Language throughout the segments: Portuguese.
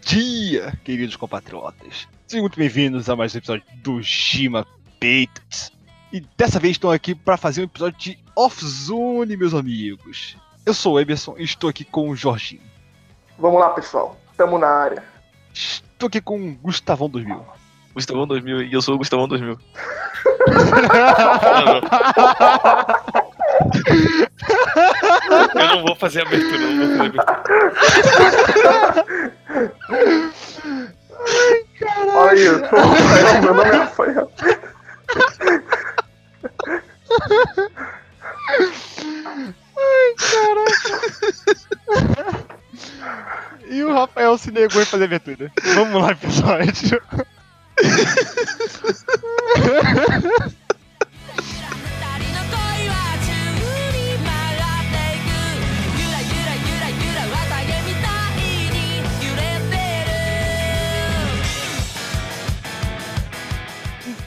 dia, queridos compatriotas. Sejam muito bem-vindos a mais um episódio do Gima Peitos. E dessa vez estou aqui para fazer um episódio de Off-Zone, meus amigos. Eu sou o Emerson e estou aqui com o Jorginho. Vamos lá, pessoal. Tamo na área. Estou aqui com o Gustavão 2000. Gustavão 2000 e eu sou o Gustavão 2000. eu não vou fazer abertura, não vou fazer abertura. Olha aí, eu sou- meu nome é Rafael. E o Rafael se negou em fazer abertura. Vamos lá, episódio. 「二人の恋は宙に舞っていく」「ゆらゆらゆらゆら綿毛みたいに揺れてる」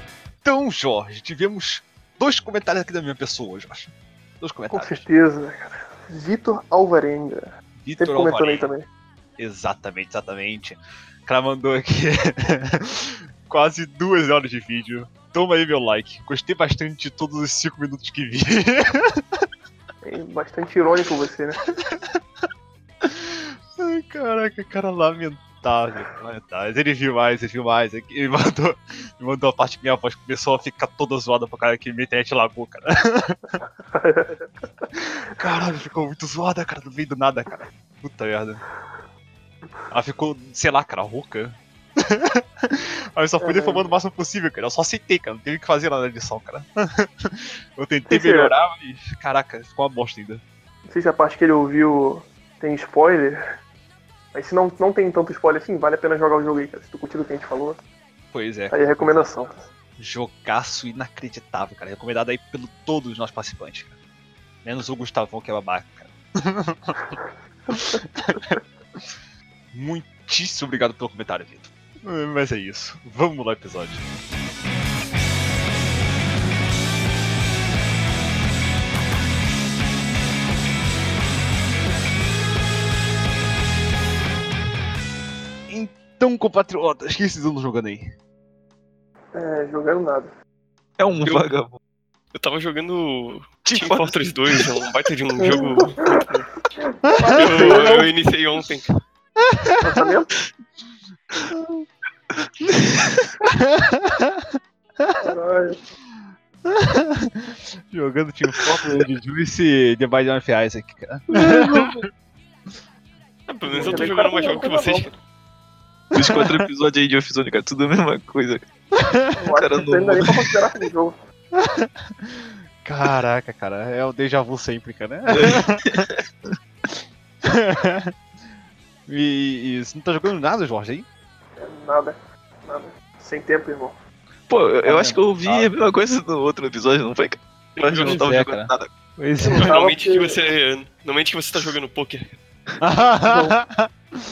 Então, Jorge, tivemos dois comentários aqui da minha pessoa, Jorge. Dois Com comentários. certeza, né, cara. Vitor Alvarenga. Vitor Sempre comentando Alvarenga. aí também. Exatamente, exatamente. O cara mandou aqui quase duas horas de vídeo. Toma aí meu like. Gostei bastante de todos os cinco minutos que vi. É bastante irônico você, né? Ai, caraca, cara lamentável, lamentável. Mas Ele viu mais, ele viu mais. Ele mandou, me mandou a parte que minha voz começou a ficar toda zoada pra cara que minha internet lagou, cara. Caralho, ficou muito zoada, cara, não veio do nada, cara. Puta merda. Ela ficou, sei lá, cara, rouca. Aí eu só fui defamando o máximo possível, cara. Eu só aceitei, cara. Não teve o que fazer lá na edição, cara. Eu tentei Sim, senhor. melhorar, mas. Caraca, ficou uma bosta ainda. Não sei se a parte que ele ouviu tem spoiler. Mas se não, não tem tanto spoiler assim, vale a pena jogar o jogo aí, cara. Se tu curtiu o que a gente falou, Pois é, tá aí a recomendação. jogaço inacreditável, cara. Recomendado aí pelo todos os nossos participantes, cara. Menos o Gustavão, que é babaca, cara. Muitíssimo obrigado pelo comentário, Vitor. Eh, Mas é isso. Vamos lá, episódio. Então, compatriotas, o que vocês andam jogando aí? É, jogando nada. É um Eu- vagabundo. Eu tava jogando Team Tipo Fortress 2, é um baita de um jogo. Eu, eu iniciei ontem. Lançamento? Caralho. Jogando Team Fortress de Juice e The Binding of Isaac, cara. Ah, pelo menos eu tô jogando mais jogo que vocês. Os quatro episódios aí de Offzone, cara, tudo a mesma coisa. Eu acho que isso aí não dá nem pra considerar aquele jogo. Caraca, cara, é o déjà vu sempre, cara. né? e, e você não tá jogando nada, Jorge, hein? Nada. Nada. Sem tempo, irmão. Pô, eu, eu acho que eu ouvi Tá. a mesma coisa no outro episódio, não foi? cara? Eu acho que eu não tava Pois é, jogando nada. Pois é. Normalmente que você. Normalmente que você tá jogando poker.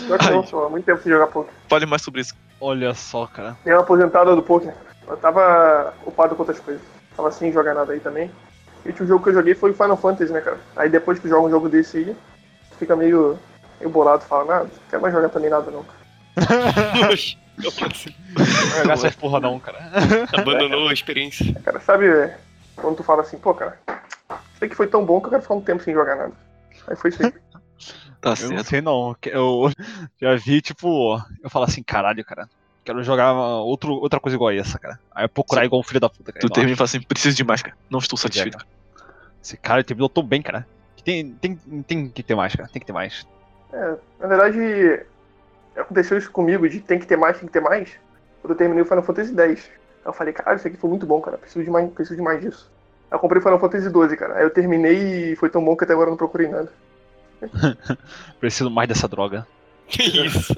Pior que não, senhor. Há muito tempo sem jogar poker. Fale mais sobre isso. Olha só, cara. Dei uma aposentada do poker. Eu tava ocupado com outras coisas. Tava sem jogar nada aí também. E o último jogo que eu joguei foi o Final Fantasy, né, cara? Aí depois que tu joga um jogo desse aí, tu fica meio, meio bolado, fala, nada, não quero mais jogar também nada não. Eu pensei, Não vai jogar essas porra não, cara. Abandonou a experiência. Cara, sabe é, quando tu fala assim, pô, cara, isso aqui foi tão bom que eu quero ficar um tempo sem jogar nada. Aí foi isso aí. Tá Eu não certo. sei não. que Eu já vi, tipo, eu falo assim, caralho, cara. Quero jogar outro, outra coisa igual a essa, cara. Aí eu procurar igual um filho da puta, cara. Tu Não termina e fala assim, preciso de mais, cara. Não estou Pois é, satisfeito. Esse cara terminou tão bem, cara. Que Tem, tem, tem que ter mais, cara. Tem que ter mais. É, na verdade, aconteceu isso comigo de tem que ter mais, tem que ter mais. Quando eu terminei o Final Fantasy X. Aí eu falei, caralho, isso aqui foi muito bom, cara. Preciso de mais, preciso de mais disso. Aí eu comprei o Final Fantasy XII, cara. Aí eu terminei e foi tão bom que até agora eu não procurei nada. Preciso mais dessa droga. Que isso?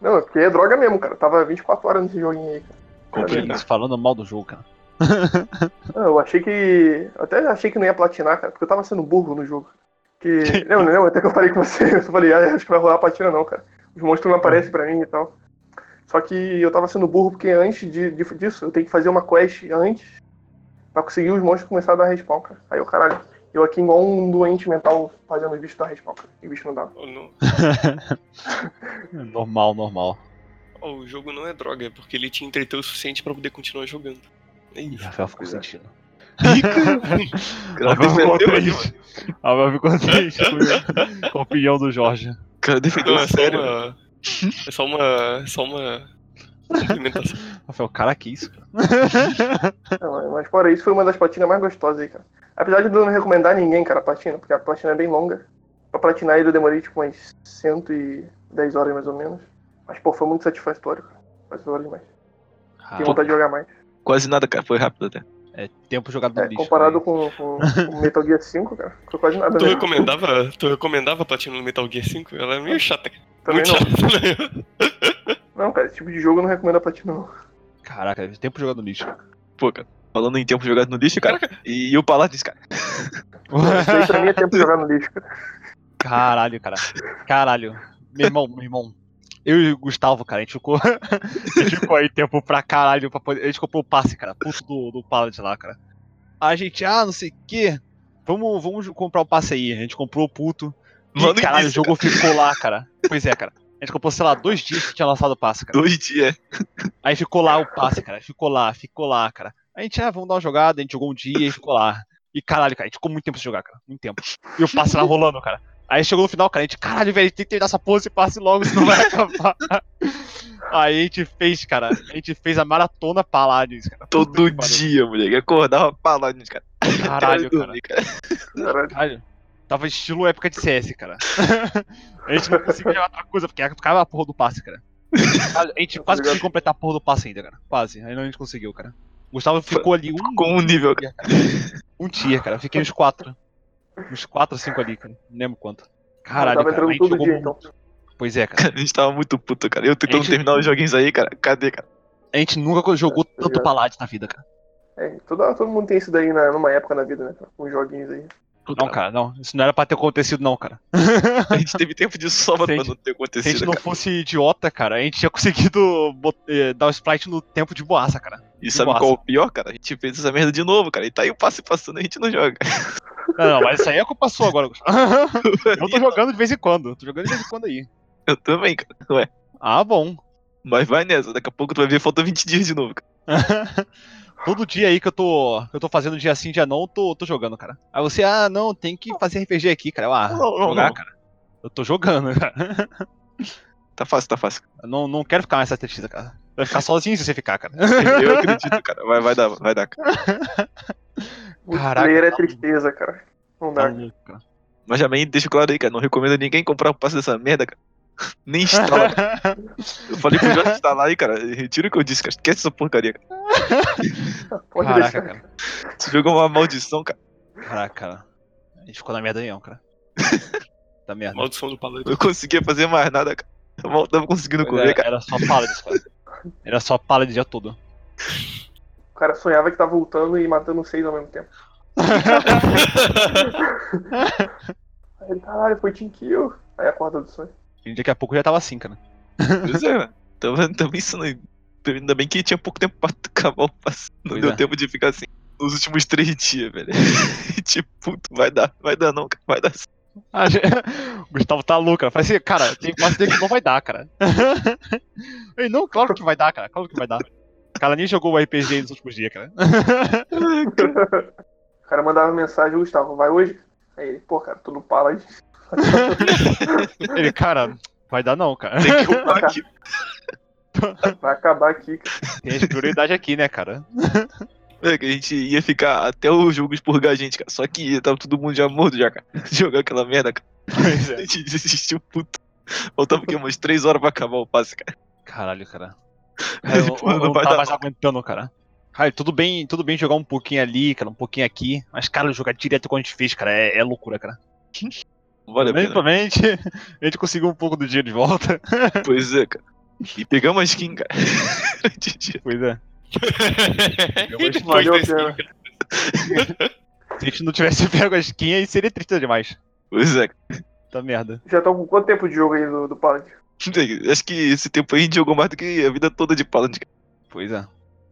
Não, é porque é droga mesmo, cara. Eu tava 24 horas nesse joguinho aí, cara. Que Compreendo. isso, falando mal do jogo, cara. Não, eu achei que. Eu até achei que não ia platinar, cara, porque eu tava sendo burro no jogo. Que. Não, não, até que eu falei com você, eu só falei, ah, acho que vai rolar platina não, cara. Os monstros não aparecem pra mim e tal. Só que eu tava sendo burro porque antes de, de- disso, eu tenho que fazer uma quest antes pra conseguir os monstros começar a dar respawn, cara. Aí eu, caralho, Eu aqui igual um doente mental fazendo os bichos dar respawn, cara. E o bicho não dá. Ou não- Normal, normal. ó, o jogo não é droga, é porque ele te entreteu o suficiente pra poder continuar jogando. É Ih, isso. Rafael ficou Pois é. sentindo. Rafael ficou defendeu ali, triste. Rafael ficou triste com- com a opinião do Jorge. O cara defendeu Não, é a só sério. uma. É só uma. É só uma. Complementação. Rafael, cara, que isso? cara? Não, mas fora isso, foi uma das platinas mais gostosas aí, cara. Apesar de eu não recomendar a ninguém, cara, a platina, porque a platina é bem longa. Pra platinar ele eu demorei tipo umas 110 horas mais ou menos. Mas, pô, foi muito satisfatório, cara. Satisfatório demais. Tem Pô, vontade de jogar mais. Quase nada, cara. Foi rápido até. é tempo jogado no É, é lixo. comparado né? com, com, com Metal Gear 5, cara, foi quase nada. Tu mesmo. recomendava, tu recomendava platina no Metal Gear 5? Ela é meio chata, cara. Também Muito não. chata, né? Não, cara, esse tipo de jogo eu não recomendo a platina, não. Caraca, é tempo jogado no lixo. Pô, cara. Falando em tempo jogado no lixo, cara. E, e o Paladins, cara. Isso aí pra mim é tempo de jogar no lixo, cara. Caralho, cara. Caralho. Meu irmão, meu irmão. Eu e o Gustavo, cara, a gente ficou, a gente ficou aí tempo pra caralho. Pra poder... A gente comprou o passe, cara. Puto do, do Paladin lá, cara. A gente, ah, não sei o quê. Vamos, vamos comprar o passe aí. A gente comprou o puto. Lá no E, caralho, o início, jogo ficou lá, cara. Pois é, cara. A gente comprou, sei lá, dois dias que tinha lançado o passe, cara. Dois dias. Aí ficou lá o passe, cara. Ficou lá, ficou lá, cara. A gente, ah, vamos dar uma jogada, a gente jogou um dia e ficou lá. E caralho, cara, a gente ficou muito tempo sem jogar, cara. Muito tempo. E o passe lá rolando, cara. Aí chegou no final, cara, a gente, caralho, velho, tem que terminar essa pose e passe logo, senão vai acabar. Aí a gente fez, cara, a gente fez a maratona Paladins, cara. Puta Todo Tá que pariu. dia, moleque. Acordava Paladins, cara. Caralho, cara. dormir, Caralho. Caralho. Tava estilo época de CS, cara. a gente não conseguia jogar outra coisa, porque ficava a porra do passe, cara. Caralho, A gente quase conseguiu completar a porra do passe ainda, cara. Quase. Ainda a gente conseguiu, cara. O Gustavo ficou ali um, Com um nível, cara. um tier, cara. Eu Fiquei uns quatro. Uns quatro, cinco ali, cara. Não lembro quanto. Caralho, tava cara. A entrando gente todo jogou dia, muito. então. Pois é, cara. Cara, a gente tava muito puto, cara. Eu tentando Gente- terminar os joguinhos aí, cara. Cadê, cara? A gente nunca jogou tanto Tá ligado. Paladin na vida, cara. É, todo, todo mundo tem isso daí na, numa época na vida, né, cara? Com joguinhos aí. Não, cara, não. Isso não era pra ter acontecido, não, cara. A gente teve tempo de sobra pra Gente- não Se ter a gente acontecido, não cara. fosse idiota, cara, a gente tinha conseguido bot- eh, dar o sprite no tempo de boaça, cara. E sabe Nossa. qual é o pior, cara? A gente fez essa merda de novo, cara. E tá aí o passe passando, a gente não joga. Não, não, mas isso aí é culpa sua agora, Gustavo. Eu tô jogando de vez em quando. Tô jogando de vez em quando aí. Eu também, cara. Ué. Ah, bom. Mas vai nessa, daqui a pouco tu vai ver, falta 20 dias de novo, cara. Todo dia aí que eu tô, que eu tô fazendo dia sim, dia não, eu tô, tô jogando, cara. Aí você, ah, não, tem que fazer RPG aqui, cara. Eu, ah, Não, não, jogar, não. cara. Eu tô jogando, cara. Tá fácil, tá fácil. Eu Não, não quero ficar mais estatista, cara. Vai ficar sozinho se você ficar, cara. Eu acredito, cara. Vai, vai dar, vai dar, cara. Caraca, Multiplayer é tá tristeza, cara. Não dá. Tá cara. louco, cara. Mas também deixa claro aí, cara. Não recomendo a ninguém comprar o passe dessa merda, cara. Nem instala. cara. Eu falei pro Jorge instalar aí, cara. Retira o que eu disse, cara. Esquece essa porcaria, cara. Pode Caraca, deixar. cara. Esse jogo é uma maldição, cara. Caraca, cara. A gente ficou na merda aí, não, cara. Tá merda. Maldição do paladino. Eu não conseguia fazer mais nada, cara. Eu mal tava conseguindo comer, Era, cara. era só paladins, cara. Era só paladins o dia todo. O cara sonhava que tava voltando e matando seis ao mesmo tempo. Aí ele, caralho, foi team kill. Aí acorda do sonho. E daqui a pouco eu já tava assim, cara. Pois é, mano. Tava, tava insano. aí. Ainda bem que tinha pouco tempo pra acabar o passe. Não Pois deu é. tempo de ficar assim. Nos últimos três dias, velho. tipo, puto, vai dar, vai dar não, cara. Vai dar sim. Ah, gente, o Gustavo tá louco, cara. Fala assim, cara, tem passe dele que não vai dar, cara. Ele, não, claro que vai dar, cara. Claro que vai dar. O cara nem jogou o RPG nos últimos dias, cara. O cara mandava mensagem, Gustavo, vai hoje? Aí ele, pô, cara, tô no Paladin. Ele, cara, vai dar não, cara. Tem que upar aqui. Vai acabar aqui, cara. Tem as prioridades aqui, né, cara? Velho, que a gente ia ficar até o jogo expurgar a gente, cara. Só que tava todo mundo já morto já, cara. Jogar aquela merda, cara. Pois A é. gente desistiu, puto. Faltava o quê? Umas três horas pra acabar o passe, cara. Caralho, cara. Cara, Eu, eu Pô, Tipo, não não vai tava dar mais aguentando, cara. Cara, tudo bem, tudo bem jogar um pouquinho ali, cara, um pouquinho aqui. Mas, cara, jogar direto como a gente fez, cara, é, é loucura, cara. Vale a pena. Eventualmente, a gente conseguiu um pouco do dia de volta. Pois é, cara. E pegamos a skin, cara. De dia. Pois é. e depois Valeu a desse, pena. cara, Se a gente não tivesse pego a skin, aí seria triste demais. pois é, cara. Tá merda. Já estão com quanto tempo de jogo aí do, do Paladin? Acho que esse tempo aí a gente jogou mais do que a vida toda de Paladin, cara. Pois é.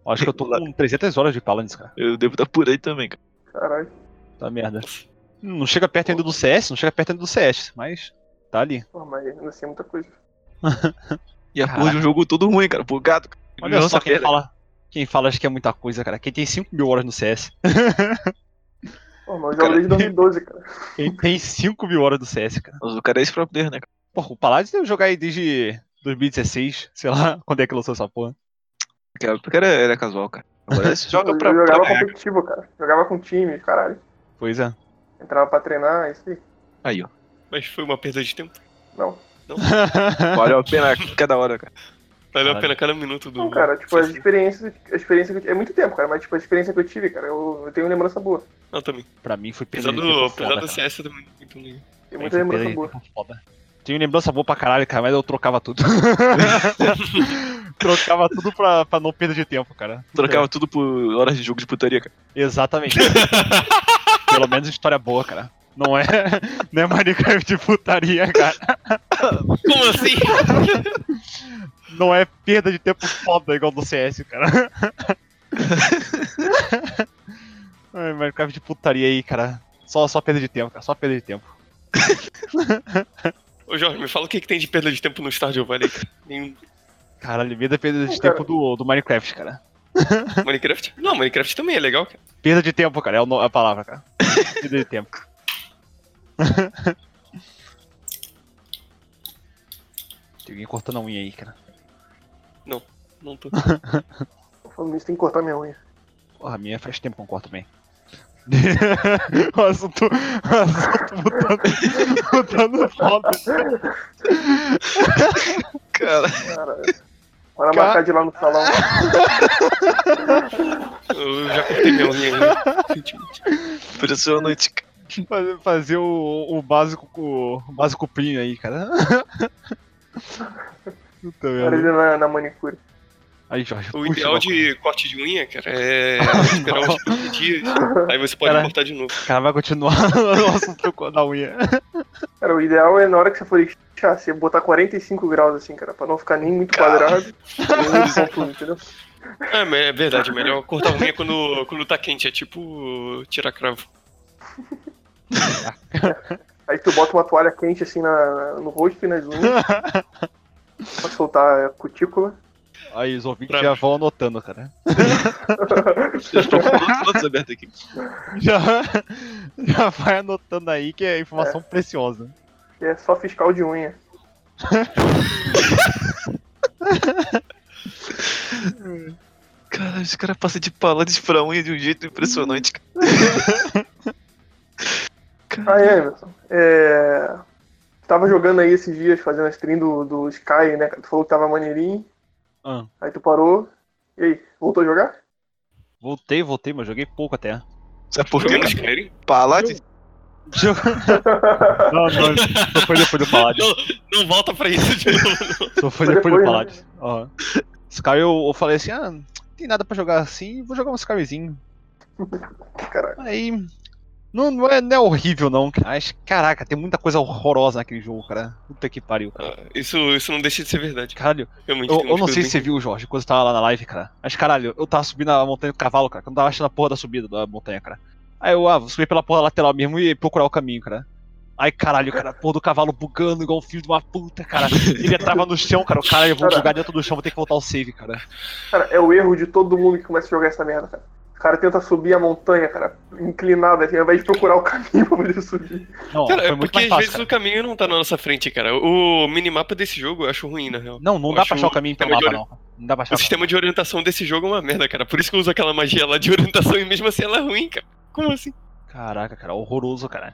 Eu Acho que eu tô com 300 horas de Paladins, cara. Eu devo estar por aí também, cara. Caralho. Tá merda. Não chega perto ainda do CS, não chega perto ainda do CS, mas tá ali. Pô, mas ainda assim é muita coisa. E a porra de um jogo todo ruim, cara. Bugado. cara. Olha Nossa, só quem merda. fala. Quem fala acho que é muita coisa, cara. Quem tem 5 mil horas no CS. Pô, mas eu Cara, jogo desde 2012, cara. Quem tem 5 mil horas do CS, cara. Mas o cara é esse próprio player, né, cara? Porra, o Paladins deve jogar aí desde 2016, sei lá, quando é que lançou essa porra. Porque era- Porque era, era casual, cara. Agora ele joga eu pra. jogava pra- competitivo, cara. Jogava com time, caralho. Pois é. Entrava pra treinar, isso aí. Aí, ó. Mas foi uma perda de tempo. Não. Valeu a pena cada hora, cara. Valeu Caralho. a pena cada minuto do. Não, cara, tipo, as Sim. experiências. A experiência que eu tive. É muito tempo, cara, mas tipo, a experiência que eu tive, cara, eu, eu tenho lembrança boa. Não, também. pra mim foi Apesar perda de do, tempo é apesar foda, do cara. CS eu também. não é muito ligo. Tem Pra mim muita foi lembrança perda de boa. tempo foda. Tenho lembrança boa pra caralho, cara, mas eu trocava tudo. trocava tudo pra, pra não perda de tempo, cara. Trocava tudo por horas de jogo de putaria, cara. Exatamente. Pelo menos história boa, cara. Não é, não é Minecraft de putaria, cara. Como assim? Não é perda de tempo foda igual do CS, cara. Ai, Minecraft de putaria aí, cara. Só, só perda de tempo, cara. Só perda de tempo. Ô Jorge, me fala o que, que tem de perda de tempo no Stardew Valley? cara? Tem um Caralho, medo é perda de Não, cara. tempo do, do Minecraft, cara. Minecraft? Não, Minecraft também é legal, cara. Perda de tempo, cara, é o no- a palavra, cara. Perda de tempo. Tem alguém cortando a unha aí, cara. Não tô. Falando isso, tem que cortar minha unha. Porra, a minha faz tempo que eu não corto bem. o assunto. O assunto mudando, mudando foda. Cara, Caralho. Bora marcar de ir lá no salão. Eu já cortei minha unha. né? impressionante, é cara. Fazer, fazer o, o básico com o básico prinho aí, cara. Puta Cara, merda. ele na, na manicure. Aí, Jorge. O puxa ideal uma de corte de unha, cara, é esperar uns 15 dias. Aí você pode Cara. cortar de novo. Cara, vai continuar o assunto da unha. Cara, o ideal é na hora que você for inchar, você botar 45 graus assim, cara, pra não ficar nem muito quadrado, nem muito confuso, entendeu? É, mas é verdade, é melhor cortar a unha quando, quando tá quente. É tipo tirar cravo. Aí tu bota uma toalha quente assim na, no rosto e nas unhas, pra soltar a cutícula. Aí os ouvintes Pra- já vão anotando, cara. Já estou com todos todos abertos aqui. Já, já vai anotando aí que é informação preciosa. E é só fiscal de unha. Cara, os caras passam de paladins pra unha de um jeito impressionante, cara. Ah, é, Emerson. É... Tava jogando aí esses dias, fazendo a stream do, do Sky, né? cara? Tu falou que tava maneirinho, Ah, aí tu parou. E aí, voltou a jogar? voltei, voltei, mas joguei pouco até. Sabe por quê, Jogando cara? Skyrim? Paladins? Ah, Não, não, só foi depois do Paladins. Não, não volta pra isso de novo. Só foi Foi depois do depois, né? Paladins. Ó. Sky eu, eu falei assim, ah, não tem nada pra jogar assim, vou jogar um Skyrimzinho. Caraca. Aí. Não, não, é, não é horrível não, cara. mas caraca, tem muita coisa horrorosa naquele jogo, cara. Puta que pariu, cara. Ah, Isso, isso não deixa de ser verdade. Caralho, Realmente, Eu, tem eu umas não sei coisas se você bem- viu, Jorge, quando você tava lá na live, cara. Mas caralho, eu tava subindo a montanha do cavalo, cara, que eu não tava achando a porra da subida da montanha, cara. Aí eu ah, vou subir pela porra lateral mesmo e procurar o caminho, cara. Aí caralho, cara, a porra do cavalo bugando igual um filho de uma puta, cara. Ele trava no chão, cara. O cara, eu vou Cara. jogar dentro do chão, vou ter que voltar o save, cara. Cara, é o erro de todo mundo que começa a jogar essa merda, cara. O cara tenta subir a montanha, cara, inclinada, assim, ao invés de procurar o caminho pra poder subir. Não, Cara, foi é muito porque mais às fácil, vezes cara. o caminho não tá na nossa frente, cara. O minimapa desse jogo eu acho ruim, na real. Não, não eu dá acho pra achar o caminho pelo o mapa, sistema não. Não dá pra achar O o caminho. sistema de orientação desse jogo é uma merda, cara. Por isso que eu uso aquela magia lá de orientação e mesmo assim ela é ruim, cara. Como assim? Caraca, cara, horroroso, cara.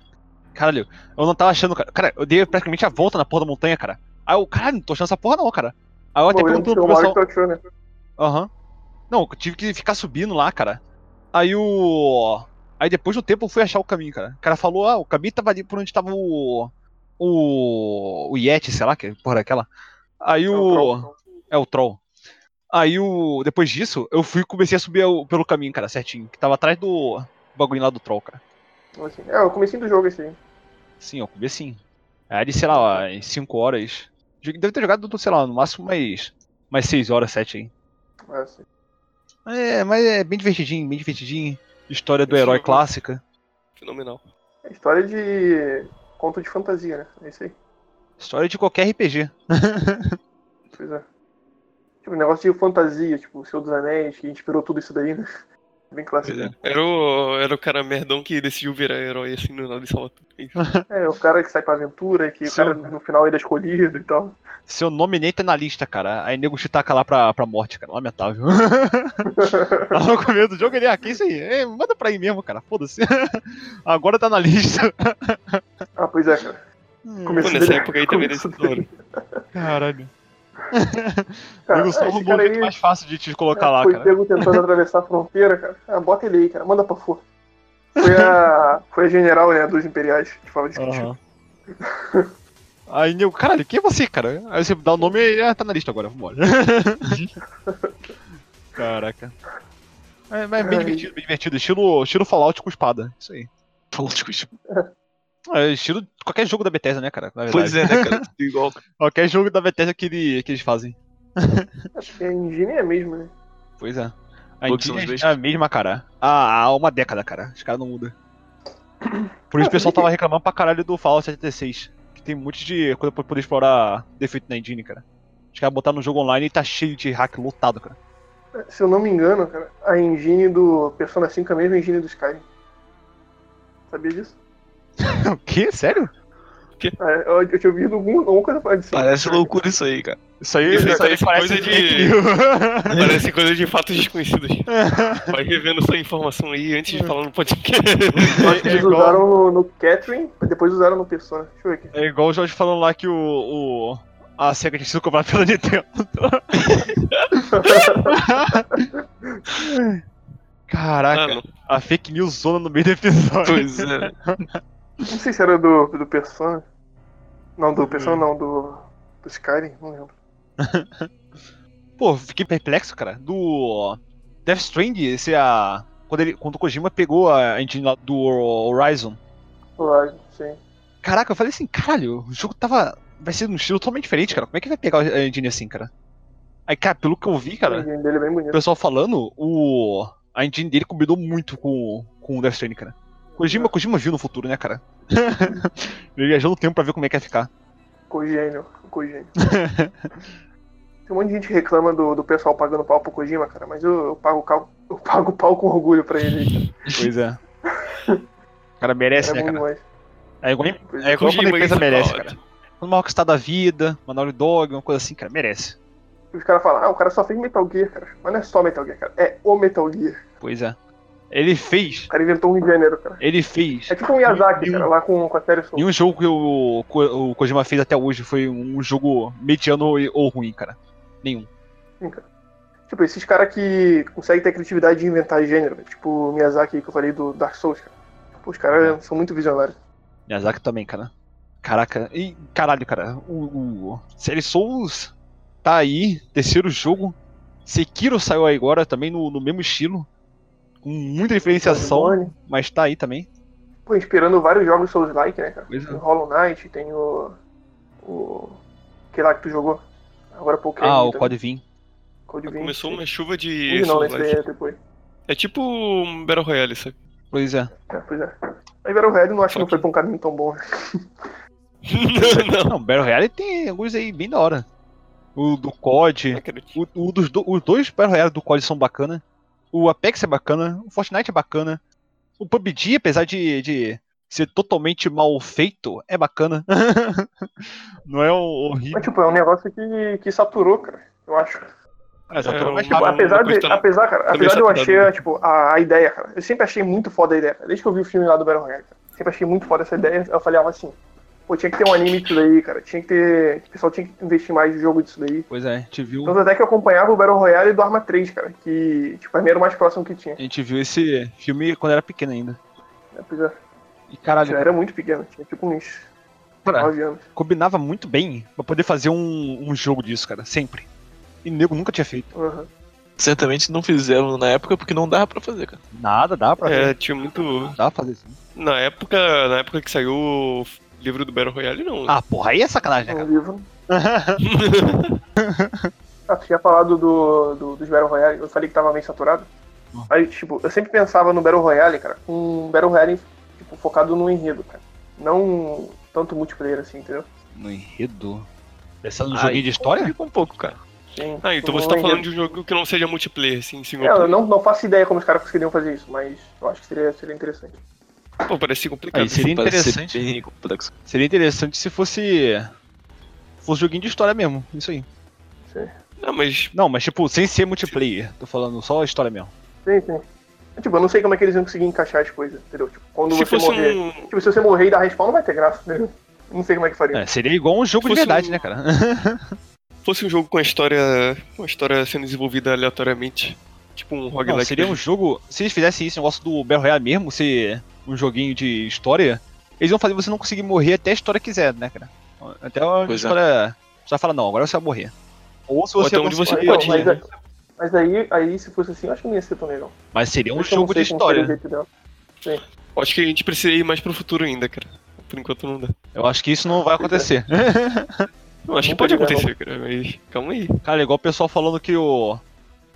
Caralho, eu não tava achando, cara. Cara, eu dei praticamente a volta na porra da montanha, cara. Aí eu, caralho, não tô achando essa porra não, cara. Aí eu até Pô, eu não pergunto sei pro o Mario pessoal, que tu achou, né? Aham. Não, eu tive que ficar subindo lá, cara. Aí o. Aí depois do tempo eu fui achar o caminho, cara. O cara falou, ah, o caminho tava ali por onde tava o. O. O Yeti, sei lá, que porra daquela. Aí Não, o. pronto. É o Troll. Aí o. Depois disso, eu fui e comecei a subir o- pelo caminho, cara, certinho. Que tava atrás do. do bagulho lá do Troll, cara. Então, assim, é, o comecinho do jogo, assim. Sim, eu comi sim. Aí ali, sei lá, ó, em 5 horas. Deve ter jogado, sei lá, no máximo mais. Mais 6 horas, 7 aí. É, assim. É, mas é bem divertidinho, bem divertidinho. História do Esse herói jogo- clássica. Fenomenal. É história de conto de fantasia, né? É isso aí. História de qualquer RPG. Pois é. Tipo, negócio de fantasia, tipo, o Senhor dos Anéis, que inspirou tudo isso daí, né? Bem clássico. Pois é. Era o, era o cara merdão que decidiu virar herói assim no nada e salva tudo. É isso. É, o cara que sai pra aventura, que o Sim. cara no final ele é escolhido e tal. Seu nome nem tá na lista, cara. Aí nego te taca lá pra, pra morte, cara. Lamentável. Tava no começo do jogo ele, ah, que isso aí? É, manda pra aí mesmo, cara. Foda-se. Agora tá na lista. Ah, pois é, cara. Pô, Começo nessa dele- época aí também é começo desse dele. Caralho. é? Cara, nego só um esse arrumou cara muito aí- É, mais fácil de te colocar lá, foi cara. pego tentando atravessar a fronteira, cara. Ah, bota ele aí, cara. Manda pra fora. Foi a, foi a general, né, dos imperiais, que fala disso. Aham. Aí nego, caralho, quem é você, cara? Aí você dá o nome e ah, tá na lista agora, vambora. Caraca. É, mas é bem Ai. divertido, bem divertido. Estilo, estilo Fallout com espada. Isso aí. Falou de coisa. É, estilo qualquer jogo da Bethesda, né, cara? Na verdade. Pois é, né, cara? Tudo Igual. Qualquer jogo da Bethesda que, ele- que eles fazem. Acho que a engine é mesmo, né? Pois é. A Bugs são Engine os é bestas. a mesma, cara. Há, há uma década, cara. Os caras não mudam. Por isso o pessoal tava reclamando pra caralho do Fallout 76. Que tem um monte de coisa pra poder explorar defeito na engine, cara. Os caras botaram no jogo online e tá cheio de hack lotado, cara. Se eu não me engano, cara, a engine do Persona 5 é a mesma engine do Skyrim. Sabia disso? o quê? Sério? Ah, eu, eu tinha ouvido algum, alguma coisa falar disso. Parece É. loucura isso aí, cara. Isso aí, Isso aí isso aí parece parece coisa de- fake news. Parece coisa de fatos desconhecidos. Vai revendo sua informação aí antes Hum. de falar no podcast. Eu acho que É né? eles igual- usaram no, no Catherine, mas depois usaram no Persona. Deixa eu ver aqui. É igual o Jorge falando lá que o. o a SEGA tinha sido comprada pela Nintendo. Ah, Caraca, não. a fake news zona no meio do episódio. Pois é. Não sei se era do, do Persona. Não, Hum. do Persona não, do, do Skyrim, não lembro. Pô, fiquei perplexo, cara. Do Death Strand, esse é a. Quando, ele, quando o Kojima pegou a engine lá do Horizon. Lá, sim. Caraca, eu falei assim, caralho, o jogo tava. Vai ser um estilo totalmente diferente, cara. Como é que vai pegar a engine assim, cara? Aí, cara, pelo que eu vi, A cara, engine dele é bem o bonita. pessoal falando, o. A engine dele combinou muito com, com o Death Strand, cara. Kojima, Kojima viu no futuro, né, cara? Ele viajou no tempo pra ver como é que ia ficar. Cogênio, cogênio. Tem um monte de gente que reclama do, do pessoal pagando pau pro Kojima, cara, mas eu, eu pago cal- eu pago pau com orgulho pra ele. Pois é. O cara merece, É né, bom cara? demais. É igual, é igual quando a empresa merece, cara. Quando uma rockstar da vida, uma Naughty Dog, uma coisa assim, cara, merece. Os caras falam, ah, o cara só fez Metal Gear, cara. Mas não é só Metal Gear, cara. É o Metal Gear. Pois é. Ele fez, O cara inventou um gênero, cara. ele fez. É tipo um Miyazaki, Nenhum- cara, lá com, com a série Soul. Nenhum jogo que o, Ko- o Kojima fez até hoje foi um jogo mediano e- ou ruim, cara. Nenhum. Tipo, esses caras que conseguem ter criatividade de inventar gênero, né? tipo o Miyazaki que eu falei do Dark Souls, cara. Pô, os caras É. são muito visionários. Miyazaki também, cara. Caraca, e caralho, cara, o, o Série Souls tá aí, terceiro jogo. Sekiro saiu aí agora também no, no mesmo estilo. Com muita diferenciação, Bloodborne. mas tá aí também. Pô, inspirando vários jogos Souls-like, né, cara? Pois é. Tem o Hollow Knight, tem o. O. Que lá que tu jogou? Agora há pouco Ah, aí, o tá? Code Vim. Code Vein, Ah, Começou um sim. uma chuva de. Hoje não, né? Esse Soulslike. daí é depois. É tipo um Battle Royale, sabe? Pois é. É, pois é. Aí Battle Royale não acho que não foi pra um caminho tão bom. né? não, Não, Battle Royale tem alguns aí bem da hora. O do COD. não acredito. O, o dos do- os dois Battle Royale do COD são bacana. O Apex é bacana, o Fortnite é bacana. O PUBG, apesar de, de ser totalmente mal feito, é bacana. Não é o horrível. Mas, tipo, é um negócio que, que saturou, cara. Eu acho. É, só é, que é mais o- Tipo, rápido. apesar, uma coisa de, tá- apesar, cara, tá meio apesar de eu saturado, achei, né? tipo, a, a ideia, cara. Eu sempre achei muito foda a ideia, cara. Desde que eu vi o filme lá do Battle Royale, cara. Sempre achei muito foda essa ideia. Eu falei, ah, mas assim, pô, tinha que ter um anime disso daí, cara. Tinha que ter. O pessoal tinha que investir mais no jogo disso daí. Então, Pois é, a gente viu, Tanto até que eu acompanhava o Battle Royale do Arma 3, cara. Que, tipo, pra mim era o mais próximo que tinha. a gente viu esse filme quando era pequeno ainda. Apesar, E caralho, eu É, era muito pequeno, tinha tipo uns cara, 9 anos. combinava muito bem pra poder fazer um, um jogo disso, cara, sempre. E nego nunca tinha feito. Uhum. Certamente não fizeram na época porque não dava pra fazer, cara. Nada, dá pra fazer. É, tinha muito. Dá pra fazer isso. Na época, na época que saiu o livro do Battle Royale, não. Ah, porra, aí é sacanagem, né, Um livro. cara? Ah, tu tinha falado do, do, dos Battle Royale, eu falei que tava meio saturado. Aí, tipo, eu sempre pensava no Battle Royale, cara, com um Battle Royale tipo, focado no enredo, cara. Não tanto multiplayer assim, entendeu? No enredo? Pensando no Ah, joguinho de história? Complica um pouco, cara. Sim, Ah, então você no tá enredo. falando de um jogo que não seja multiplayer, assim, single É, eu player. não, não faço ideia como os caras conseguiriam fazer isso, mas eu acho que seria, seria interessante. Pô, parece complicado. Aí, seria Parece interessante. ser bem complexo. Seria interessante se fosse. Fosse joguinho de história mesmo, isso aí. Não, Ah, mas Não, mas tipo, sem ser multiplayer. Tô falando só a história mesmo. Sim, sim. Tipo, eu não sei como é que eles iam conseguir encaixar as coisas, entendeu? Tipo, quando se você fosse morrer. um. Tipo, se você morrer e dar respawn, não vai ter graça, entendeu? Não sei como é que faria. É, seria igual um jogo de Fosse verdade, um- né, cara? fosse um jogo com a história. Uma história sendo desenvolvida aleatoriamente. Tipo um roguelike. Não, seria um jogo. Se eles fizessem isso, negócio do Battle Royale mesmo, ser um joguinho de história, eles vão fazer você não conseguir morrer até a história quiser, né, cara? Até a Pois é. história. Só fala, não, agora você vai morrer. Ou se Ou você até onde você conseguir- Então, pode mas, ir, né? mas aí, aí, se fosse assim, eu acho que não ia ser tão legal. Mas seria um Porque eu não jogo de sei como história. seria o jeito dela. Acho que a gente precisa ir mais pro futuro ainda, cara. Por enquanto não dá. Eu acho que isso não vai acontecer. Não, acho que Não pode pode dar, acontecer, cara, mas calma aí. Cara, é igual o pessoal falando que o.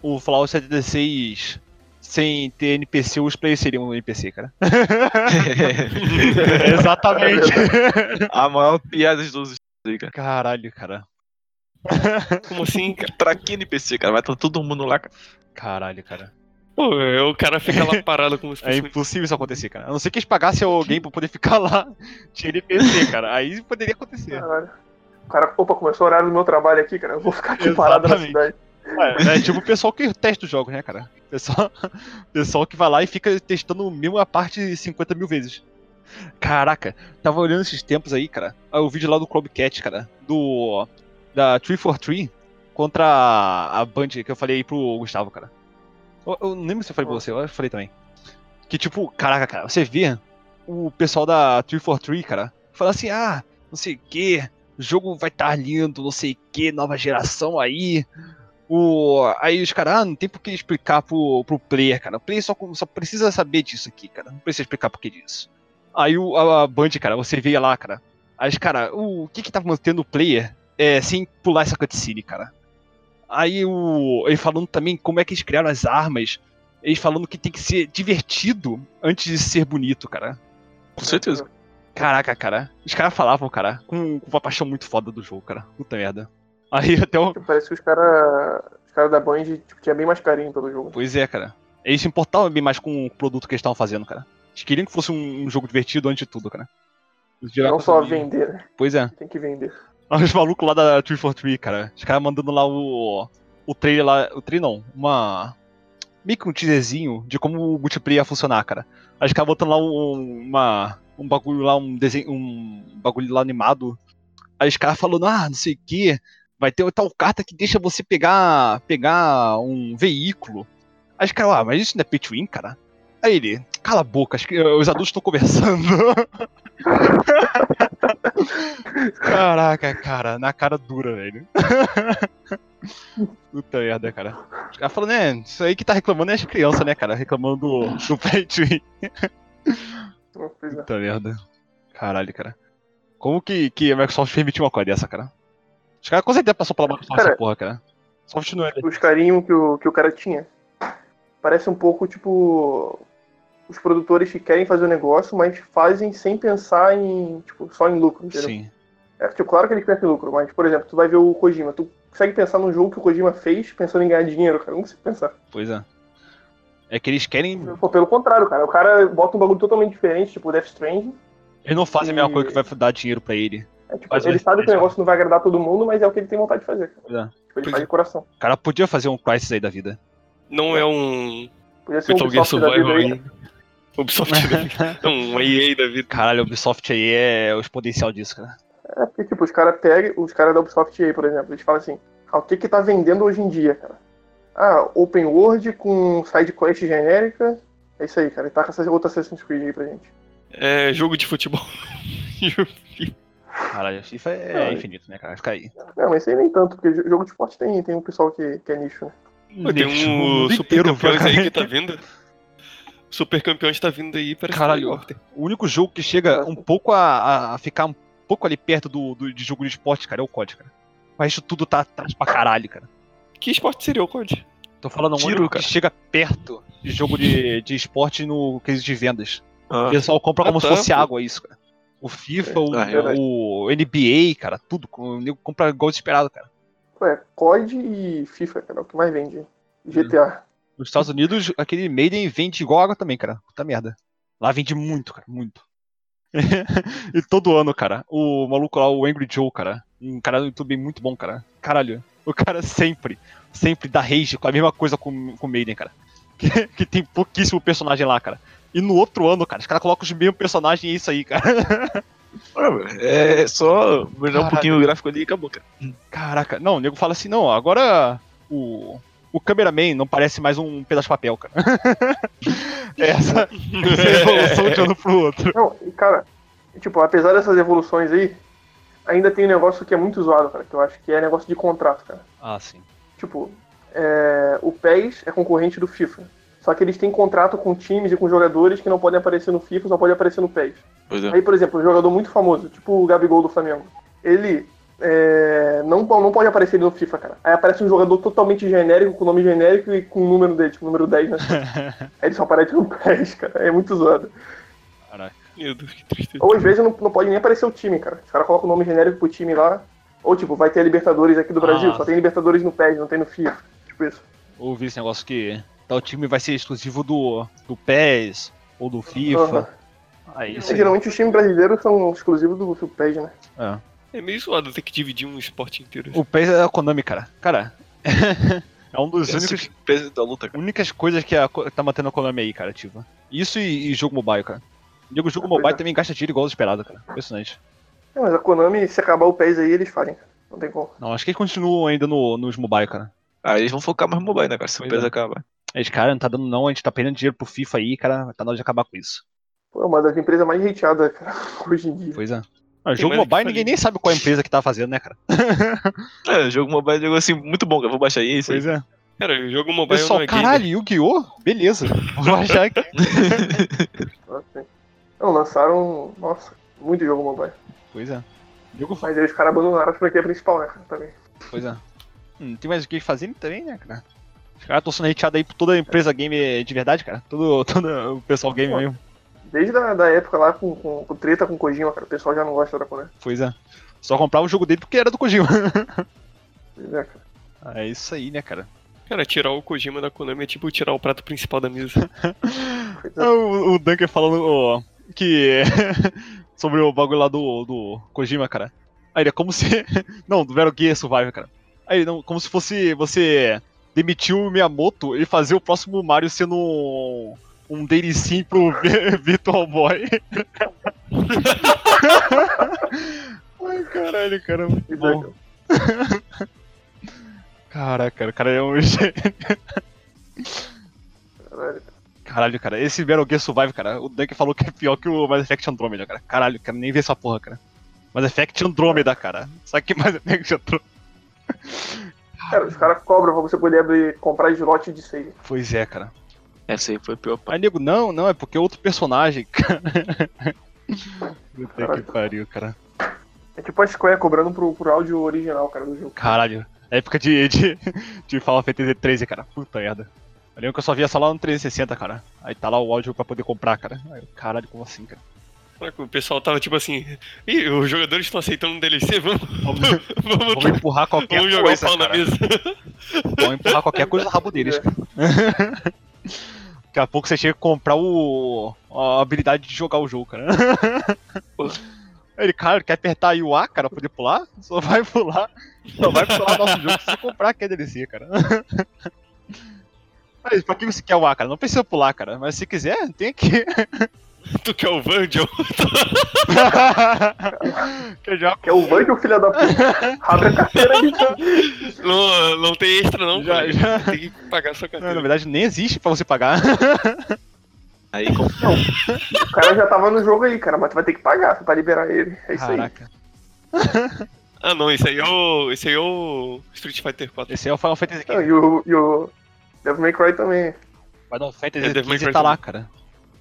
O Fallout 76 sem ter NPC, os players seriam um NPC, cara. Exatamente. a maior piada de todos os tempos aí, cara. Caralho, cara. Como assim, cara? Pra que NPC, cara? Vai estar todo mundo lá, cara. Caralho, cara. Pô, é, o cara fica lá parado como se É fosse um- impossível isso acontecer, cara. A não ser que eles pagassem alguém pra poder ficar lá de NPC, cara. Aí poderia acontecer. Caralho. O cara, opa, começou o horário do meu trabalho aqui, cara. Eu vou ficar aqui parado na Exatamente. cidade. É, é tipo o pessoal que testa os jogos, né, cara? Pessoal, pessoal que vai lá e fica testando a mesma parte 50 mil vezes. Caraca, tava olhando esses tempos aí, cara. aí O vídeo lá do Clubcat, cara. Do. Da 343 contra a a Band que eu falei aí pro Gustavo, cara. Eu, eu não lembro se eu falei pra você, eu acho que eu falei também. Que tipo, caraca, cara, você vê o pessoal da 343, cara, fala assim, ah, não sei o que, jogo vai estar lindo, não sei o que, nova geração aí, o, aí os caras, ah, não tem por que explicar pro, pro player, cara. O player só, só precisa saber disso aqui, cara. Não precisa explicar por que disso. Aí o, a, a Band, cara, você via lá, cara. Aí, os cara, o, o que que tá mantendo o player é, sem pular essa cutscene, cara? Aí o. Ele falando também como é que eles criaram as armas. Eles falando que tem que ser divertido antes de ser bonito, cara. Com certeza. Caraca, cara. Os caras falavam, cara, com, com uma paixão muito foda do jogo, cara. Puta merda. Aí até o, Tipo, parece que os caras os cara da Band tipo, tinha bem mais carinho pelo jogo. Pois é, cara. Eles se importavam bem mais com o produto que eles estavam fazendo, cara. Eles queriam que fosse um, um jogo divertido antes de tudo, cara. Eles viraram Não coisa só meio- vender, né? Pois é. Tem que vender. Aí Os malucos lá da 343, cara. Os caras mandando lá o. O trailer lá. O trailer não. Uma. Meio que um teaserzinho de como o multiplayer ia funcionar, cara. Aí os caras botando lá um. Uma, um bagulho lá, um desenho. Um bagulho lá animado. Aí os caras falando, ah, não sei o que. Vai ter tal carta que deixa você pegar. Pegar um veículo. Aí os caras, ah, mas isso não é pay to win, cara? Aí ele, cala a boca, acho que eh, os adultos estão conversando. Caraca, cara, na cara dura, velho. Puta merda, cara. Os caras falam, né? Isso aí que tá reclamando é as crianças, né, cara? Reclamando do, do pay to win. Não precisa. Puta merda. Caralho, cara. Como que, que a Microsoft permitiu uma coisa dessa, cara? Os caras com certeza passou pela Microsoft Cara- essa porra, cara. Soft não é. Os carinhos que o, que o cara tinha. Parece um pouco, tipo, os produtores que querem fazer o negócio, mas fazem sem pensar em, tipo, só em lucro, entendeu? Sim. É, tipo, claro que ele pensa em lucro, mas, por exemplo, tu vai ver o Kojima, tu consegue pensar num jogo que o Kojima fez pensando em ganhar dinheiro, cara, não consigo pensar. Pois é. É que eles querem. Pô, pelo contrário, cara, o cara bota um bagulho totalmente diferente, tipo Death Stranding, Eles não fazem a mesma E- coisa que vai dar dinheiro pra ele. é, tipo, Faz ele Death sabe que o Stranding, negócio não vai agradar todo mundo, mas é o que ele tem vontade de fazer, cara. Pois é. Tipo, ele Pois faz de coração. O cara podia fazer um crisis aí da vida. Não é um Podia ser um Metal Gear Ubisoft da vida Survival aí, ainda. Ubisoft da vida. Não, um EA da vida. Caralho, a Ubisoft aí é o exponencial disso, cara. É porque, tipo, os caras pegam, os caras da Ubisoft EA, por exemplo, eles falam assim, ah, o que que tá vendendo hoje em dia, cara? Ah, open world com side quest genérica, é isso aí, cara, tá com essa outra Assassin's Creed aí pra gente. É jogo de futebol. Caralho, a FIFA é infinito, né, cara? Fica aí. Não, mas isso aí nem tanto, porque jo- jogo de esporte tem, tem um pessoal que, que é nicho, né? Tem um Super Campeões aí que tá vindo. Super Campeões tá vindo aí, parece Caralho. que tá em ordem. O único jogo que chega um pouco a, a- a ficar um pouco ali perto do, do- de jogo de esporte, cara, é o COD, cara. Mas isso tudo tá atrás pra caralho, cara. Que esporte seria o COD? Tô falando um Tiro, único cara. que chega perto de jogo de, de esporte no case de vendas. Ah, O pessoal compra como Ah, É, se tá, fosse pô. água isso, cara. O FIFA, o, Ah, verdade. o NBA, cara, tudo. O nego compra igual desesperado, cara. Pô, é COD e FIFA, cara, é o que mais vende. GTA. Nos Estados Unidos, aquele Maiden vende igual água também, cara. Puta merda. Lá vende muito, cara, muito. e todo ano, cara, o maluco lá, o Angry Joe, cara, um cara do YouTube muito bom, cara. Caralho, o cara sempre, sempre dá rage com a mesma coisa com, com o Maiden, cara. Que, que tem pouquíssimo personagem lá, cara. E no outro ano, cara, os caras colocam os mesmos personagens e é isso aí, cara. É só melhorar um Caralho. pouquinho o gráfico ali e acabou, cara. Caraca, não, o nego fala assim, não, agora o, o cameraman não parece mais um pedaço de papel, cara. é essa, essa evolução de um ano pro outro. Não, e cara, tipo, apesar dessas evoluções aí, ainda tem um negócio que é muito zoado, cara, que eu acho que é negócio de contrato, cara. Ah, sim. Tipo, é, o PES é concorrente do FIFA. Só que eles têm contrato com times e com jogadores que não podem aparecer no FIFA, só podem aparecer no PES. Pois é. Aí, por exemplo, um jogador muito famoso, tipo o Gabigol do Flamengo, ele é, não, po- não pode aparecer ele no FIFA, cara. Aí aparece um jogador totalmente genérico, com nome genérico e com o número dele, tipo, número 10, né? Aí ele só aparece no PES, cara. É muito zoado. Caraca. Meu Deus, que tristeza. Ou às vezes não, não pode nem aparecer o time, cara. Os caras colocam o nome genérico pro time lá. Ou tipo, vai ter a Libertadores aqui do Ah. Brasil, só tem Libertadores no PES, não tem no FIFA. Tipo isso. Ouvi esse negócio que tal time vai ser exclusivo do, do PES ou do FIFA. Aí isso É, aí. geralmente os times brasileiros são exclusivos do, do PES, né? É. É meio zoado ter que dividir um esporte inteiro. O PES é a Konami, cara. Cara, é um dos Os únicos únicos, presos da luta, cara. únicas coisas que a Ko- tá mantendo a Konami aí, cara, ativa. Isso e, e jogo mobile, cara. Digo, jogo Ah, pois mobile é. também gasta dinheiro igual esperado, cara. Impressionante. É, mas a Konami, se acabar o PES aí, eles falem. cara. Não tem como. Não, acho que eles continuam ainda no, nos mobile, cara. Aí eles vão focar mais no mobile, né, cara? Se o Pois PES é. acabar. Eles, cara, não tá dando não, a gente tá perdendo dinheiro pro FIFA aí, cara, tá na hora de acabar com isso. Pô, é uma das empresas mais hateadas, cara, hoje em dia. Pois é. Ah, Tem jogo mais o que mobile ninguém fazer. nem sabe qual é a empresa que tá fazendo, né, cara? É, jogo mobile é um jogo assim muito bom, cara. Vou baixar isso. aí. Pois é. Cara, o jogo mobile não Pessoal, é caralho, Yu-Gi-Oh? Beleza. Vou achar aqui. Assim. Não, lançaram, nossa, muito jogo mobile. Pois é. Jogo Mas aí os caras abandonaram a franquia principal, né, cara, também. Pois é. Não tem mais o que fazer também, né, cara? Os caras estão sendo hateados aí por toda a empresa game de verdade, cara. Todo, todo o pessoal game Pô. mesmo. Desde a da época lá com, com, com treta com Kojima, cara, o pessoal já não gosta da Konami. Pois é. Só comprava o jogo dele porque era do Kojima. Pois é, cara. é isso aí, né, cara? gaming. Cara, tirar o Kojima da Konami é tipo tirar o prato principal da mesa. Pois é. O, o Duncan falando ó, que. é sobre o bagulho lá do, do Kojima, cara. Aí ele é como se. não, do Metal Gear Survivor, cara. Aí ele não, como se fosse você demitir o Miyamoto e fazer o próximo Mario sendo um. um DLC pro Vi- Virtual Boy. Ai, caralho, cara, muito Pois é, bom. cara. Caraca, o cara é um gênio. Caralho. Caralho, cara, esse Metal Gear Survive, cara, o Dunk falou que é pior que o Mass Effect Andromeda, cara. Caralho, quero nem ver essa porra, cara. Mass Effect Andromeda, cara. Só que Mass Effect Andromeda. Cara, os caras cobram pra você poder abrir, comprar slot de save. Pois é, cara. Essa aí foi a pior parte. Aí, nego, não, não, é porque é outro personagem, cara. Puta que pariu, cara. É tipo a Square cobrando pro, pro áudio original, cara, do jogo. Caralho, É época de, de, de Final Fantasy 13, cara. Puta merda. Eu lembro que eu só via só lá no 360, cara. Aí tá lá o áudio pra poder comprar, cara. Aí, eu, caralho, como assim, cara? Caraca, o pessoal tava tipo assim, Ih, os jogadores estão aceitando um DLC, vamos, Vamos, vamos, vamos empurrar qualquer vamos jogar o coisa, pau na cara. mesa. Vão empurrar qualquer coisa no rabo deles. É. Daqui a pouco você chega a comprar o. a habilidade de jogar o jogo, cara. Ele, cara, quer apertar aí o A, cara, pra poder pular? Só vai pular. Só vai pular nosso jogo se você comprar que é DLC, cara. Mas pra que você quer o A, cara? Não precisa pular, cara. Mas se quiser, tem aqui. Tu quer o Vandal? Quer jogar? Que é o Vank, o filho da puta. Abre a carteira aí, cara. Não, não tem extra não, Já, cara. já. Tem que pagar a sua Não, carteira. né? na verdade, nem existe pra você pagar. Aí como O cara já tava no jogo aí, cara, mas tu vai ter que pagar pra liberar ele. É isso aí. Caraca. Ah não, esse aí é o. Esse aí é o Street Fighter 4. Esse é o Final Fantasy Não, XV. e o, e o Devil May Cry também. Final É, Fantasy Devil May XV Cry tá lá, cara.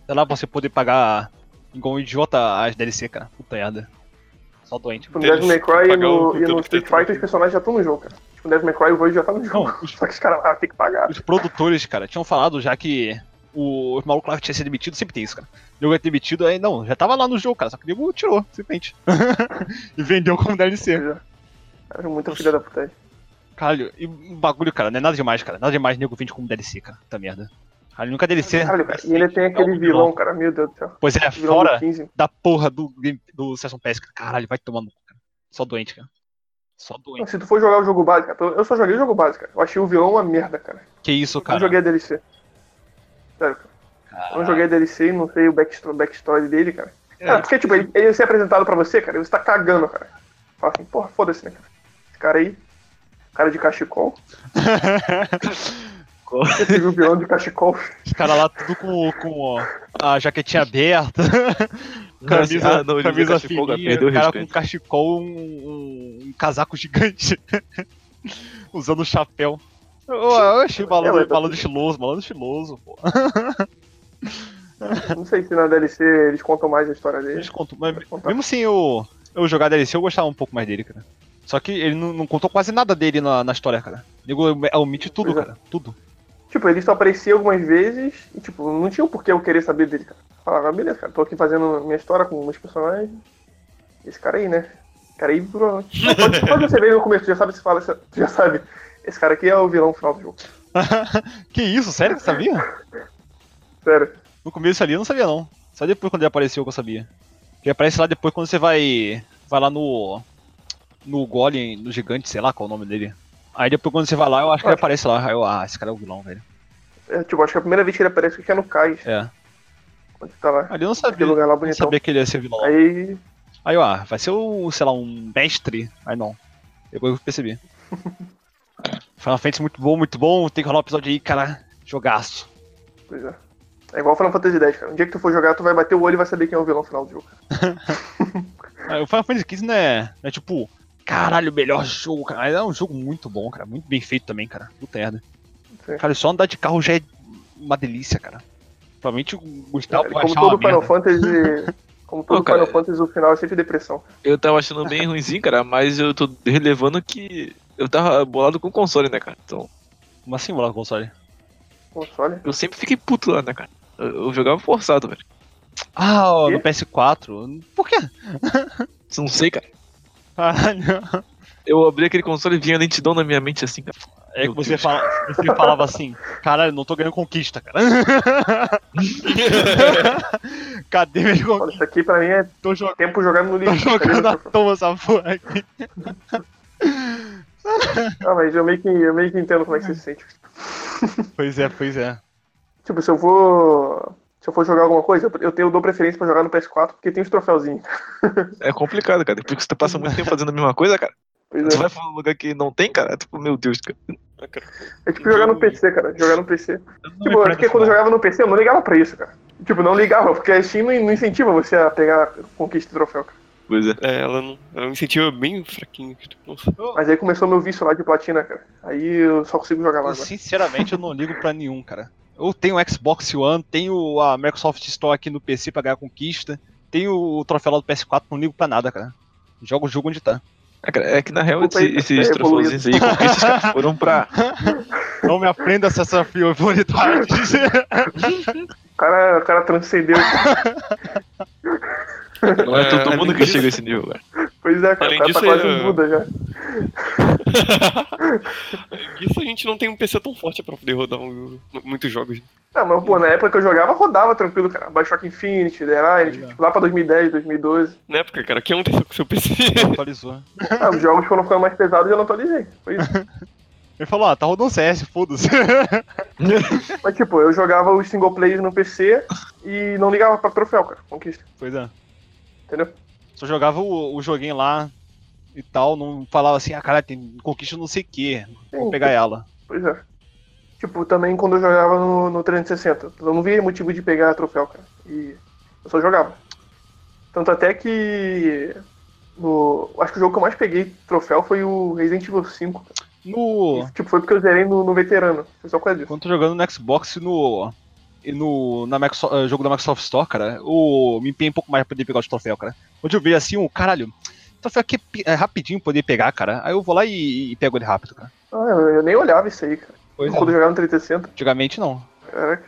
Tá lá pra você poder pagar igual um idiota as DLC, cara. Puta merda. Só doente. Tipo, no Eles Devil May Cry e pagam no, tudo e no que Street tem. Fighter os personagens já estão no jogo, cara. Tipo, no Devil May Cry o Void já tá no jogo. Não, os- Só que os caras ah, tem que pagar. Os produtores, cara, tinham falado já que o maluco lá que tinha sido demitido, sempre tem isso, cara. O jogo é demitido, aí não, já tava lá no jogo, cara, só que o nego tirou, simplesmente. e vendeu como DLC. Era muita filha da puta. Caralho, e o bagulho, cara, não é nada demais, cara. Nada demais nego vende como DLC, cara. Tá merda. Caralho, nunca é DLC. Caralho, cara, e ele tem aquele vilão, cara, meu Deus do céu. Pois é, Vilão fora do 15. da porra do, game- do Session Pass, cara. Caralho, vai tomar no cu, cara. Só doente, cara. Só Não, doente. se tu for jogar o jogo base, cara, eu só joguei o jogo base, cara. Eu achei o vilão uma merda, cara. Que isso, Eu Não cara. joguei a DLC. Sério, cara. Eu não joguei a DLC e não sei o backstro- backstory dele, cara. Cara, porque, tipo, ele, ele ser apresentado pra você, cara, e você tá cagando, cara. Fala assim, porra, foda-se, né, cara? Esse cara aí, cara de cachecol. Você teve um vilão de cachecol. Os caras lá tudo com, com ó, a jaquetinha aberta, camisa, ah, não, ele camisa usa cachecol, cara, fininha, perdeu o o cara com respeito. cachecol, um, um- um casaco gigante, usando o chapéu. Eu, eu achei É, mas malandro, tá malandro estiloso, malandro estiloso, pô. É. Não sei se na DLC eles contam mais a história dele. Eles contam, mas Eles contam. mesmo sem eu, eu jogar DLC, eu gostava um pouco mais dele, cara. Só que ele não, não contou quase nada dele na, na história, cara. Nego omite tudo, Pois é. cara. Tudo. Tipo, ele só aparecia algumas vezes e, tipo, não tinha o porquê eu querer saber dele, cara. Falava, ah, beleza, cara, tô aqui fazendo minha história com meus personagens. Esse cara aí, né? Esse cara aí, Bruno. Quando, quando você vê ele no começo, já sabe, se fala, você já sabe. Esse cara aqui é o vilão final do jogo. que isso, sério? que Você sabia? Sério. No começo ali eu não sabia, não. Só depois quando ele apareceu que eu sabia. Ele aparece lá depois quando você vai. Vai lá no. No Golem, no gigante, sei lá qual é o nome dele. Aí depois quando você vai lá, eu acho que ele Ótimo. aparece lá. Aí eu, ah, esse cara é o vilão, velho. É, tipo, acho que a primeira vez que ele aparece acho que é no cais, É. quando ele tá lá. Ali eu não Aquele sabia. lugar lá Não bonitão. sabia que ele ia ser vilão. Aí, Aí eu, ah, vai ser um, sei lá, um mestre. Aí não. Depois eu percebi. Final Fantasy muito bom, muito bom. Tem que rolar um episódio aí, cara. Jogaço. pois é. É igual Final Fantasy X, cara. Um dia que tu for jogar, tu vai bater o olho e vai saber quem é o vilão final do jogo. Aí, Ah, o Final Fantasy XV não é, não é tipo, caralho, o melhor jogo, cara. Mas é um jogo muito bom, cara. Muito bem feito também, cara. Puta merda. Sim. Cara, só andar de carro já é uma delícia, cara. Provavelmente o Gustavo Cara, vai É, como achar todo uma Final merda. Fantasy. Como todo Pô, cara, Final Fantasy, o final é sempre depressão. Eu tava achando bem ruimzinho, cara, mas eu tô relevando que eu tava bolado com o console, né, cara? Então, Uma simulada com console. Console. eu sempre fiquei puto lá, né, cara? Eu, eu jogava forçado, velho. Ah, ó, no Quê? PS4. Por quê? Não sei, cara. Caralho. Eu abri aquele console e vinha lentidão na minha mente assim, cara. É que Meu você, Deus. fala- você falava assim, caralho, não tô ganhando conquista, cara. Cadê minha Olha, conquista? isso aqui pra mim é Tô, jo- tempo jogando no tô lixo. tá jogando à ligado? toa essa porra aqui. Ah, mas eu meio, que, eu meio que entendo como é que você se sente. Pois é, pois é. Tipo, se eu vou. Se eu for jogar alguma coisa, eu tenho, eu dou preferência pra jogar no PS4 porque tem os troféuzinhos. É complicado, cara. Porque você passa muito tempo fazendo a mesma coisa, cara. Pois Tu é. vai pra um lugar que não tem, cara. É tipo, meu Deus, cara. Ah, cara, É tipo jogar no PC, cara. Jogar no PC. Eu não me Tipo, prendo porque quando eu assim, jogava no PC, eu não ligava pra isso, cara. Tipo, não ligava, porque a Steam não não incentiva você a pegar conquista e troféu, cara. Pois é. É, ela não. Ela me sentiu bem fraquinho. cara. Nossa. Mas aí começou meu vício lá de platina, cara. Aí eu só consigo jogar lá Eu, agora. sinceramente, eu não ligo pra nenhum, cara. Eu tenho o Xbox One, tenho a Microsoft Store aqui no PC pra ganhar conquista, tenho o troféu lá do PS4, não ligo pra nada, cara. Jogo o jogo onde tá. É, cara, é que na real Desculpa esse, aí, esses tá evoluído. troféuzinhos aí, conquistas, cara, foram pra. Não me aprenda essa frivolidade. O cara, o cara transcendeu. Não é todo É, mundo que disso- chega a esse nível, cara. Pois é, cara. Além O cara tá disso, quase eu- um Buda já. Isso a gente não tem um PC tão forte pra poder rodar um- muitos jogos. Não, mas pô, na época que eu jogava, rodava tranquilo, cara. Bioshock Infinity, The Line, tipo, lá pra 2010, 2012. Na época, cara, é o que aconteceu com o seu PC? Atualizou. Ah, os jogos foram ficando mais pesados e eu não atualizei. Foi isso. Ele falou, ah, tá rodando CS, foda-se. Mas tipo, eu jogava os single players no PC e não ligava pra troféu, cara. Conquista, pois é. entendeu? Só jogava o, o joguinho lá e tal, não falava assim, ah, caralho, tem conquista não sei o que, vou Sim, pegar ela. Pois é. Tipo, também quando eu jogava no, no 360, eu não via motivo de pegar troféu, cara. E eu só jogava. Tanto até que. No, acho que o jogo que eu mais peguei troféu foi o Resident Evil 5. cara. No. E, tipo, foi porque eu zerei no, no veterano. Foi só por causa disso. Quando eu tô jogando no Xbox e no. E no na Microsoft, eh, jogo da Microsoft Store, cara, eu me empenho um pouco mais pra poder pegar os troféus, cara. Onde eu vejo assim, um caralho, troféu aqui é pi- é rapidinho poder pegar, cara. Aí eu vou lá e, e pego ele rápido, cara. Ah, eu, eu nem olhava isso aí, cara. é. Pois Quando eu jogava no 360, Antigamente não. caraca.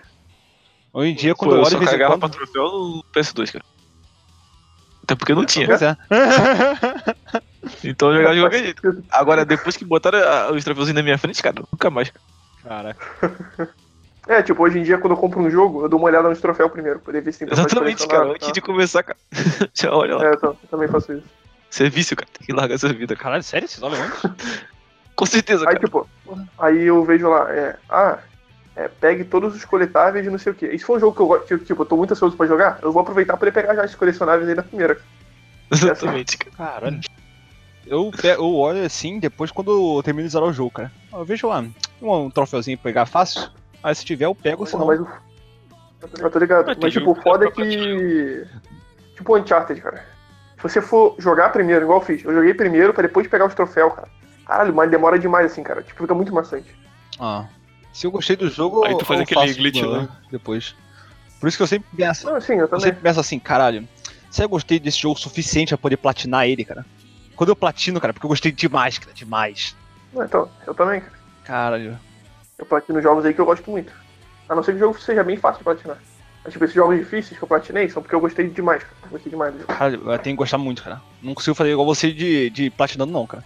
Hoje em dia, Pô, quando eu eu olho de só vez em cagava quando. pra troféu no PS2, cara. Até porque não tinha. Pois é. Então eu jogava de qualquer jeito. Agora, depois que botaram a- os troféuzinhos na minha frente, cara, nunca mais. Caraca. É, tipo, hoje em dia, quando eu compro um jogo, eu dou uma olhada nos troféus primeiro, poder ver se tem troféu de Exatamente, cara. colecionável, Antes tá? de começar, cara. Já olha lá. É, eu, tam- eu também faço isso. Você é vício, cara. Tem que largar essa vida, cara. Caralho, sério? Vocês olham antes? Com certeza, Aí, cara. tipo, aí eu vejo lá, é, ah, é, pegue todos os coletáveis e não sei o quê. E se for um jogo que eu gosto, que, tipo, eu tô muito ansioso pra jogar, eu vou aproveitar pra poder pegar já os colecionáveis aí na primeira. Exatamente, cara. Caralho. Eu, pe- eu olho assim depois quando eu termino de zerar o jogo, cara. Eu vejo lá um, um troféuzinho pra pegar fácil. Aí se tiver, eu pego, é, senão. Porra, mas o. Eu tô ligado. Mas tem Mas, tipo, jogo o foda é que dá pra que. Tipo Uncharted, cara. Se você for jogar primeiro, igual eu fiz, eu joguei primeiro pra depois pegar os troféus, cara. Caralho, mas demora demais assim, cara. Tipo, fica muito maçante. Ah. Se eu gostei do jogo, Aí tu faz eu aquele faço, glitch né, Depois. Por isso que eu sempre penso. Não, sim, eu Eu também. sempre penso assim, caralho, se eu gostei desse jogo o suficiente pra poder platinar ele, cara. Quando eu platino, cara, porque eu gostei demais, cara, demais. Não, então, eu também, cara. Caralho. Eu platino jogos aí que eu gosto muito. A não ser que o jogo seja bem fácil de platinar. Mas, tipo, esses jogos difíceis que eu platinei são porque eu gostei demais, cara. Eu gostei demais do jogo. Caralho, eu tenho que gostar muito, cara. Não consigo fazer igual você de, de platinando, não, cara.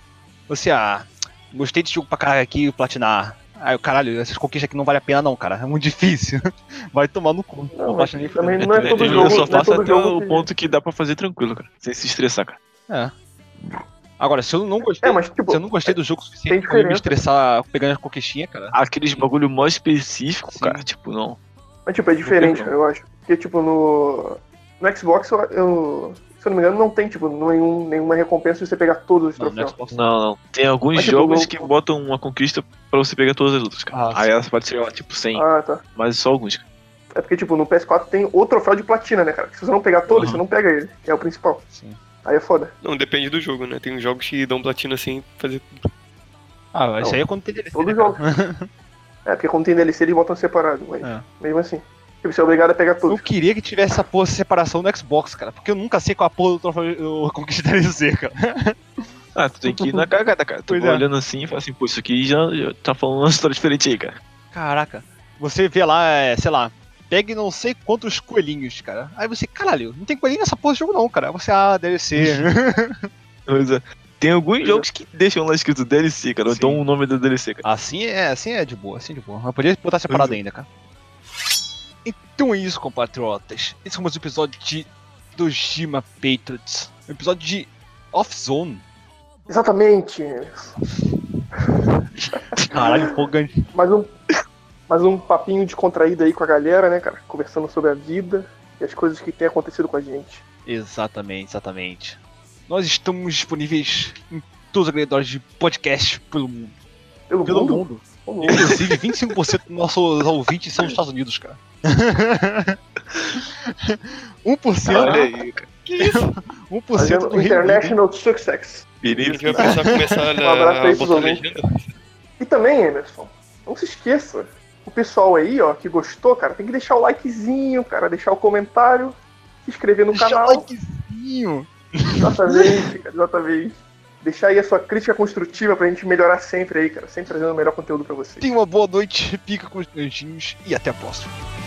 Você, ah, gostei desse jogo pra caralho aqui, platinar. Aí, eu, caralho, essas conquistas aqui não vale a pena, não, cara. É muito difícil. Vai tomar no cu. Não, Não mas platinei, também fudeu. não é todo jogo- eu não só é faço todo até jogo o que- ponto que dá pra fazer tranquilo, cara. Sem se estressar, cara. É. Agora, se eu não gostei, É, mas, tipo, se eu não gostei do jogo o suficiente tem pra eu me diferença. estressar pegando as conquistinhas, cara. Aqueles bagulho mó específico, Sim. cara. Tipo, não. Mas, tipo, é diferente, Não tem cara, eu acho. Porque, tipo, no, no Xbox, eu, eu- se eu não me engano, não tem, tipo, nenhum, nenhuma recompensa se você pegar todos os Não, é no troféus. Xbox não. Não, não. Tem alguns Mas, tipo, jogos eu- que botam uma conquista pra você pegar todas as outras, cara. Ah, Aí sim. elas podem chegar lá, tipo, 100, Ah, tá. mas só alguns, cara. É porque, tipo, no PS4 tem o troféu de platina, né, cara? Que se você não pegar todos, Uhum. você não pega ele, que é o principal. Sim. Aí é foda. Não, depende do jogo, né? Tem uns jogos que dão platina sem fazer. Ah, isso aí é quando tem DLC. Todos né, os cara? jogos. é, porque como tem DLC, eles botam separado, mas É. mesmo assim. Tipo, você é obrigado a pegar Eu todos. queria que tivesse essa porra, essa separação no Xbox, cara. Porque eu nunca sei qual a porra do troféu eu conquistar DLC, cara. Ah, tu tem que ir na cagada, cara. Tu Pois vai é. olhando assim e fala assim, pô, isso aqui já, já tá falando uma história diferente aí, cara. Caraca. Você vê lá, é, sei lá, pegue não sei quantos coelhinhos, cara. Aí você, caralho, não tem coelhinho nessa porra de jogo não, cara. Aí Você, ah, DLC. Pois é. Tem alguns Pois jogos que deixam lá escrito DLC, cara. Ou Sim. dão o nome da DLC, cara. assim é, assim é de boa, assim é de boa. Mas podia botar separado ainda, cara. Então é isso, compatriotas. Esse foi mais um episódio de Dojima Patriots. Um episódio de Off-Zone. Exatamente. Caralho, empolgante. Mais um, mais um papinho descontraído aí com a galera, né, cara? Conversando sobre a vida e as coisas que têm acontecido com a gente. Exatamente, exatamente. Nós estamos disponíveis em todos os agregadores de podcast pelo mundo. Pelo, Pelo mundo? mundo. Pelo mundo. Inclusive, 25% dos nossos ouvintes são dos Estados Unidos, cara. 1%, Olha aí, cara. 1% do Fazendo Reino Unido. International Success. A gente Beleza. vai precisar começar Um abraço a, aí a pros botar ouvintes. legenda. E também, Emerson, não se esqueça, o pessoal aí, ó, que gostou, cara, tem que deixar o likezinho, cara, deixar o comentário, se inscrever no Deixa canal. o likezinho. Exatamente, cara, exatamente. Deixar aí a sua crítica construtiva pra gente melhorar sempre aí, cara. Sempre trazendo o melhor conteúdo pra vocês. Tenha uma boa noite, fica com os cantinhos e até a próxima.